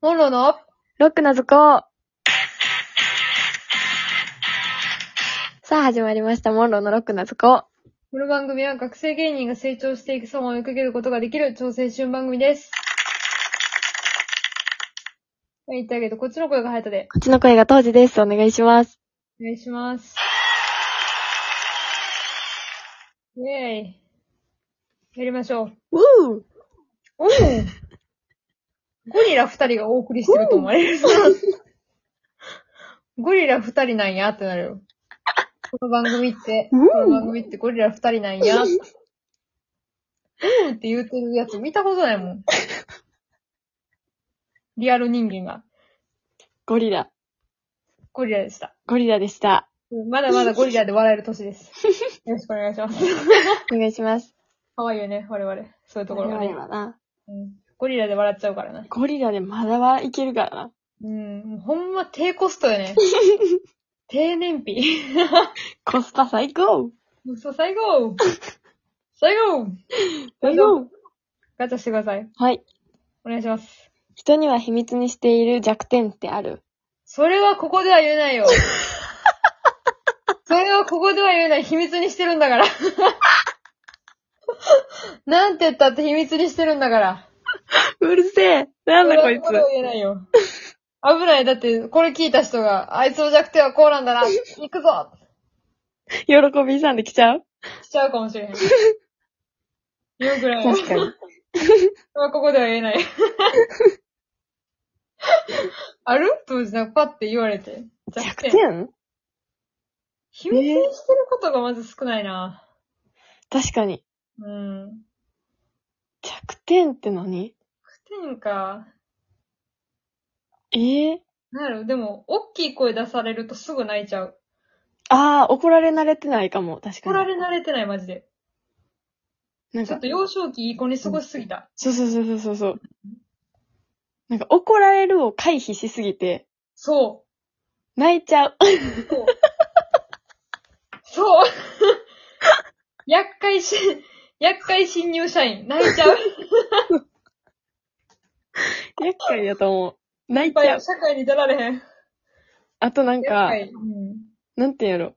モンローのロックの図工さあ始まりました、モンローのロックの図工。この番組は学生芸人が成長していく様を追いかけることができる超青春番組です。はい、言ってあげると、こっちの声が早田で。こっちの声が当時です。お願いします。お願いします。イェーイ。やりましょう。うぅおーゴリラ二人がお送りしてると思われる。 ゴリラ二人なんやってなるよ。この番組って、こうんの番組ってゴリラ二人なんや。うんって言うてるやつ見たことないもん。リアル人間がゴリラ。ゴリラでした。ゴリラでした。まだまだゴリラで笑える年です。よろしくお願いし ます。お願いします。可愛いよね、我々。そういうとこ我ろが、ね々はな、うんゴリラで笑っちゃうからな。ゴリラでまだはいけるからな。うん、もうほんま低コストよ ね。低燃費。コスパ最高もうそう、最後最後最高ガチャしてください。はい。お願いします。人には秘密にしている弱点ってあるそれはここでは言えないよ。それはここでは言えない。秘密にしてるんだから。 なんて言ったって秘密にしてるんだから。うるせえなんだこいつそれはここでは言えないよ。危ない。だって、これ聞いた人が、あいつの弱点はこうなんだな。行くぞ喜びさんで来ちゃうしちゃうかもしれへん。言うぐらい。確かに。まあ、ここでは言えない。ある当時なんかパッて言われて。弱弱点。点秘密にしてることがまず少ないな。確かに。うん。弱点って何弱点か。ええなんやろ、でも、大きい声出されるとすぐ泣いちゃう。ああ、怒られ慣れてないかも、確怒かに。られ慣れてない、マジで。なんちょっか、と幼少期いい子に過ごしすぎた。そうそうそうそうそう。なんか、怒られるを回避しすぎて、そ泣いちゃう。 う。そう。そう。厄介し、厄介新入社員、泣いちゃう。厄介だと思う。泣いっいちぱゃうい。社会に出られへん。厄あとなんか、介。うんなんていうんやろ。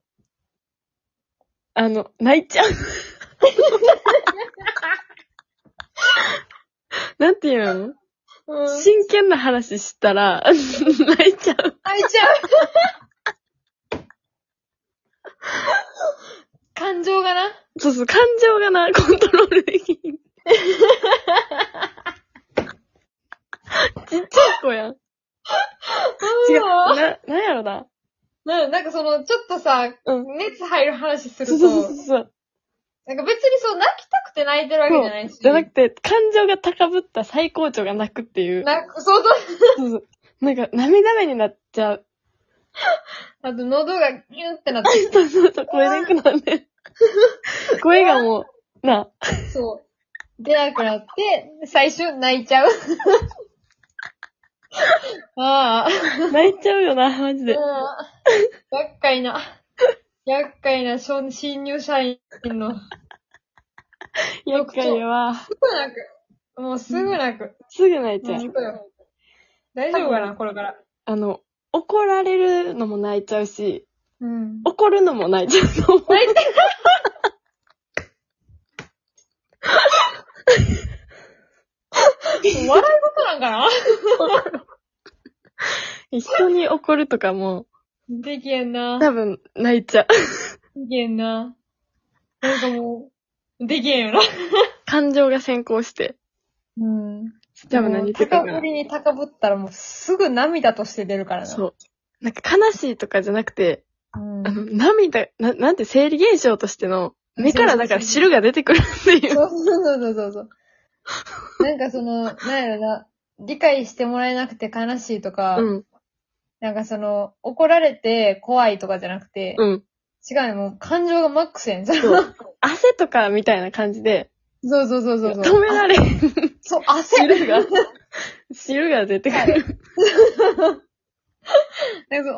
あの、泣いちゃう。 なんていうの、うん。真剣な話したら、 泣いちゃう。泣いちゃう。 感情がな。そうそう、感情がな、コントロールできん。ちっちゃい子やん。違う。なな、なんやろな。な、なんかその、ちょっとさ、うん。熱入る話するそとう、そうそうそう。なんか別にそう、泣きたくて泣いてるわけじゃないし。じゃなくて、感情が高ぶった最高潮が泣くっていう。なそうそう。そうそう。なんか、涙目になっちゃう。あと、喉がギュンってな ってそうそうそう、声でくなんで。声がもう、な、る、そう。出なくなって、最終泣いち ゃう。ああ、泣いちゃうよな、マジで。ああ 厄介な、厄介な新新入社員の。厄介やわ。すぐ泣く。もうすぐ泣く。すぐ泣いちゃ泣う。くよ大丈夫かな、これから。あの、怒られるのも泣いちゃうし、うん。怒るのも泣いちゃうと思う。泣いてる笑い事なんかな人に怒るとかも、できへんな。多分、泣いちゃう。できへんな。なんかもう、できへんよな。感情が先行して。うん。多分何言ってるか高がぶりに高ぶったらもうすぐ涙として出るからな。そう。なんか悲しいとかじゃなくて、うん。あの、涙、な、なんて生理現象としての、目からだから汁が出てくるっていう。そうそうそうそうそうそう。なんかその、なんやろな、理解してもらえなくて悲しいとか、うん。なんかその、怒られて怖いとかじゃなくて、うん。違うよ、もう感情がマックスやん。そうそう汗とかみたいな感じで、そうそうそうそう。止められん。そう、焦る。汁 が、汁が出てくる。なんかその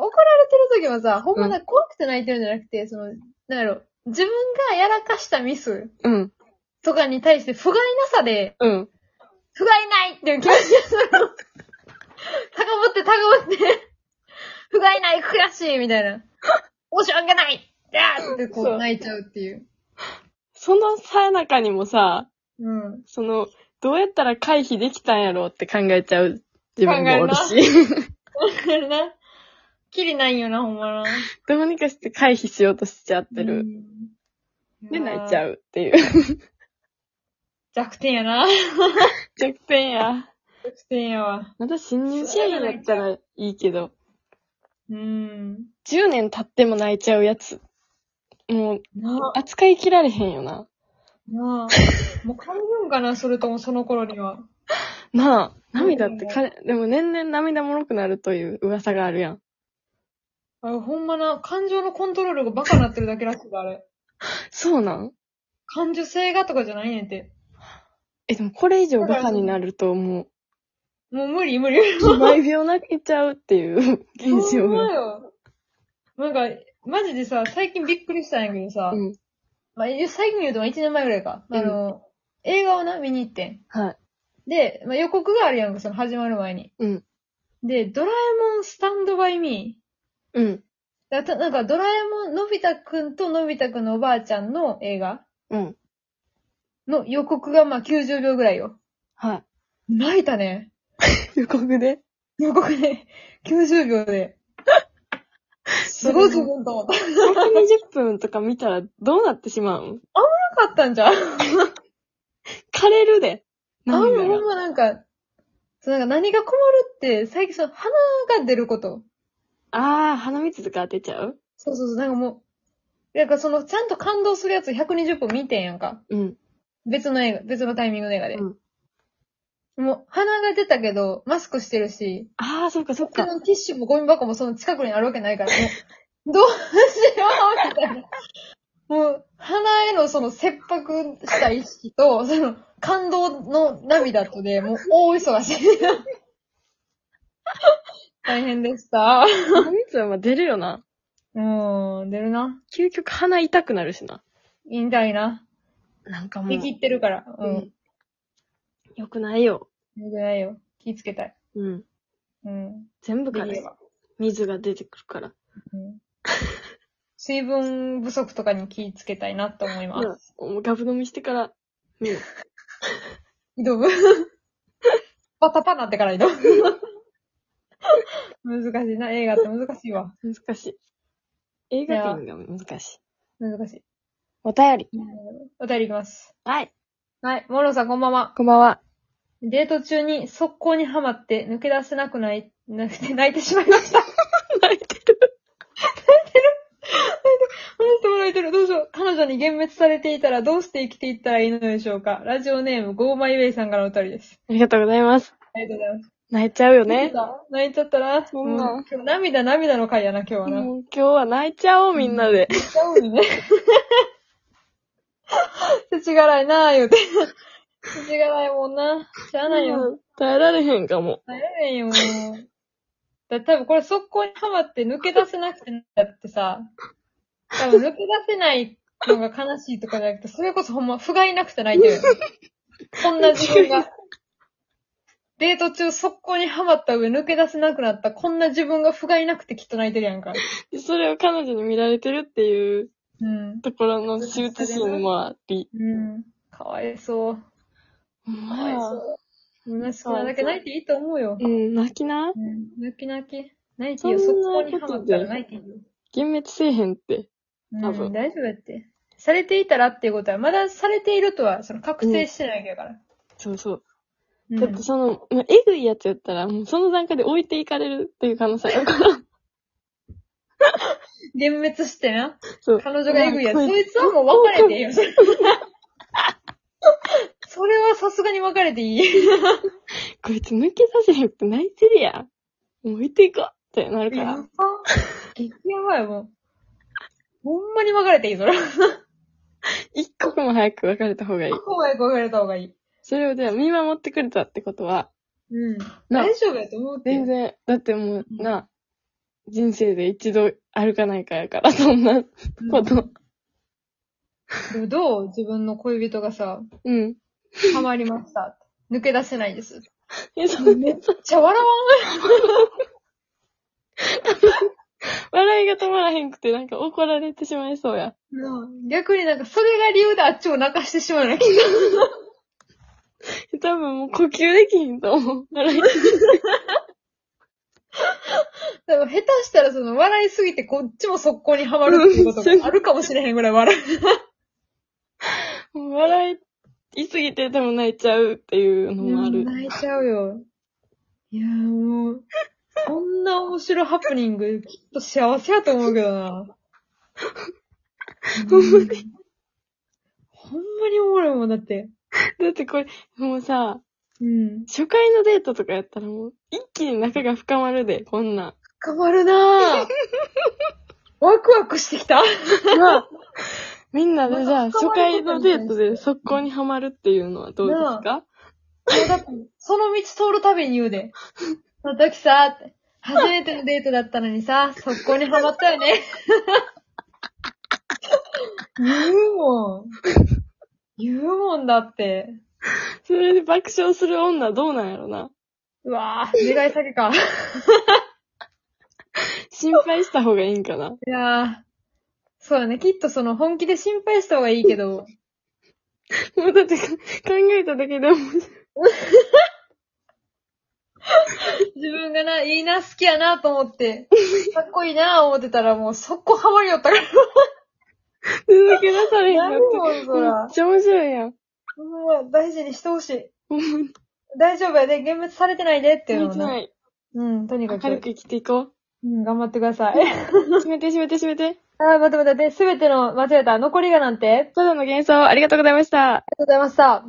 怒られてる時もさ、ほんまな、怖くて泣いてるんじゃなくて、その、なんやろ、自分がやらかしたミスうん。とかに対して不甲斐なさで、うん。不甲斐ないっていう気持ちで、しいみたいな。申し訳ないだーってこそうう泣いちゃうっていう。そのさなかにもさ、うん。その、どうやったら回避できたんやろうって考えちゃう自分もおる考し。だからな。きりないよな、ほんまな。 どうにかして回避しようとしちゃってうる。ん。で、泣いやちゃうっていう。弱点やな。弱点や。弱点やわ。また新入社員だったらいいけど、うん。 10年経っても泣いちゃうやつ。もう、なあ、扱い切られへんよな。な あ。もう半分かな、それともその頃には。なあ、涙ってか、でも年々涙もろくなるという噂があるやん。あれ、ほんまな、感情のコントロールがバカなってるだけらしいわあれ。そうなん感受性がとかじゃないねんて。え、でもこれ以上バカになるとももう無理無理。う、毎秒泣いちゃうっていう 現ほ象んまが。よ。なんか、マジでさ、最近びっくりしたんやけどさ、うん。まあ、最近言うと1年前ぐらいか。あの、映画をな、見に行ってん。はい。で、まあ、予告があるやんか、その始まる前に。うん。で、ドラえもんスタンドバイミー。うん。だたなんか、ドラえもん、のび太くんとのび太くんのおばあちゃんの映画うん。の予告がまあ90秒ぐらいよ。は泣いたね。い。予告で予告で、90秒で。すごい自分と思った。 120分とか見たらどうなってしまうんなかったんじゃん。枯れるで。あ、もう涙ほんまが。なんか、そうなんか何が困るって、最近その鼻が出ること。あー、鼻水とか当てちゃうそうそうそう、なんかもう、なんかその、ちゃんと感動するやつ120本見てんやんか。うん。別の映画、別のタイミングの映画で。うんもう、鼻が出たけど、マスクしてるし、あー、そっかそっ他か。のティッシュもゴミ箱もその近くにあるわけないから、 もう、どうしようみたいな。もう、鼻へのその切迫した意識と、その、感動の涙とで、もう大忙しい。 大変でした。鼻水はまあ出るよな。もう、出るな。究極鼻痛くなるしな。引退な。なんかもう。生きってるから。ううんん。。よくないよ。よくないよ。気ぃつけたい。うん。うん。全部でかきられば。水が出てくるから。うん、水分不足とかに気ぃつけたいなと思います。もうガブ飲みしてから、見る。挑む。 パタパなってから挑む。 難しいな。映画って難しいわ。難しい。映画館が難しい。難しい。お便り。お便りいきます。はい。はい。モロさんこんばんは。こんばんは。デート中に速攻にはまって抜け出せなくない、 なくて泣いてしまいました。泣 泣いてる。いても泣いてる。どうしよう。彼女に幻滅されていたらどうして生きていったらいいのでしょうか。ラジオネーム、ゴーマイウェイさんからのお便りです。ありがとうございます。ありがとうございます。泣いちゃうよ泣いねちゃ。った泣いちゃったな。そんなもう今日涙涙の回やな、今日はな。もう今日は泣いちゃおう、みんなで。ちゃうね。世知辛いなぁ、言うて。世知辛いもんな。しゃあないよ。うん耐えられへんかも。耐えられんよ。だ多分これ速攻にハマって抜け出せなくてだってさ、多分抜け出せないのが悲しいとかじゃなくて、それこそほんま、不甲斐なくて泣いてるよ。こんな自分が。デート中速攻にハマった上抜け出せなくなった、こんな自分が不甲斐なくてきっと泣いてるやんか。でそれを彼女に見られてるっていううん。ところの羞恥心もあり。うん。かわいそう。ほんまやう。虚しくなるだけ泣いていいと思うよ。うん、泣きな。うん。泣き泣き。泣いていいよ。そそんなこにハマったら泣いていいよ。幻滅せえへんって。う多分ん、大丈夫やって。されていたらっていうことは、まだされているとは、その確定してないわけだから。そうそう。うん。だってその、まあえぐいやつやったら、もうその段階で置いていかれるっていう可能性ある から。幻滅してな。そう。彼女がえぐいやつ。まあそいつはもう別れていいよ、それ それはさすがに別れていい。こいつ抜けさせへんって泣いてるやん。置いていこうってなるかやらば。。激やばい、もう。ほんまに別れていい、それ。一刻も早く別れた方がいい。怖い、別れた方がいい。それをでは見守ってくれたってことは、うん。な大丈夫やと思うって。全然、だってもう、うんな、人生で一度歩かないからやから、そん なこうんと。でもどう自分の恋人がさ、うん。ハマりました。抜け出せないです。え、そんな、めっちゃ笑わん。笑いが止まらへんくて、なんか怒られてしまいそうや。なあ逆になんかそれが理由であっちを泣かしてしまうような気が。多分もう呼吸できひんと思う。笑い。でも下手したらその笑いすぎてこっちも速攻にはまるっていうことがあるかもしれへんぐらい笑う。もう笑いすぎてでも泣いちゃうっていうのもある。泣いちゃうよ。いやーもう、こんな面白いハプニング、きっと幸せやと思うけどな。 ほんまに。ほんまにおもろいもんだって。だってこれ、もうさ、うん。初回のデートとかやったらもう、一気に仲が深まるで、こんなん。変わる なぁ。ワクワクしてきた。まあ、みんなでじゃなあ、んか初可愛い回ことのに対デしてートで速攻にはまるっていうのはどうですかいやだってその道通るたびに言うで。その時さ、って初めてのデートだったのにさ、速攻にハマったよね。 言うもん。言うもんだって。それで爆笑する女どうなんやろな。うわぁ、願い先か。心配した方がいいんかな。 いやぁ。そうだね。きっとその本気で心配した方がいいけど、もうだってか考えただけでも、自分がな、いいな、好きやなと思って、かっこいいな思ってたらもう速攻ハマりよったから。続け出されへん なかっる もん、て。そめっら。ちゃ面白いやん。うわ大事にしてほしい。ほんまに。大大丈夫やで、幻滅されてないでっていうのを事なね。い。うん、とに明かるくく。生きていこう。うん、頑張ってください。 閉めて閉めて閉めて。あー、待って待って待って、すべての間違えた残りがなんてありがただの幻想ありがとうございました。とうございました。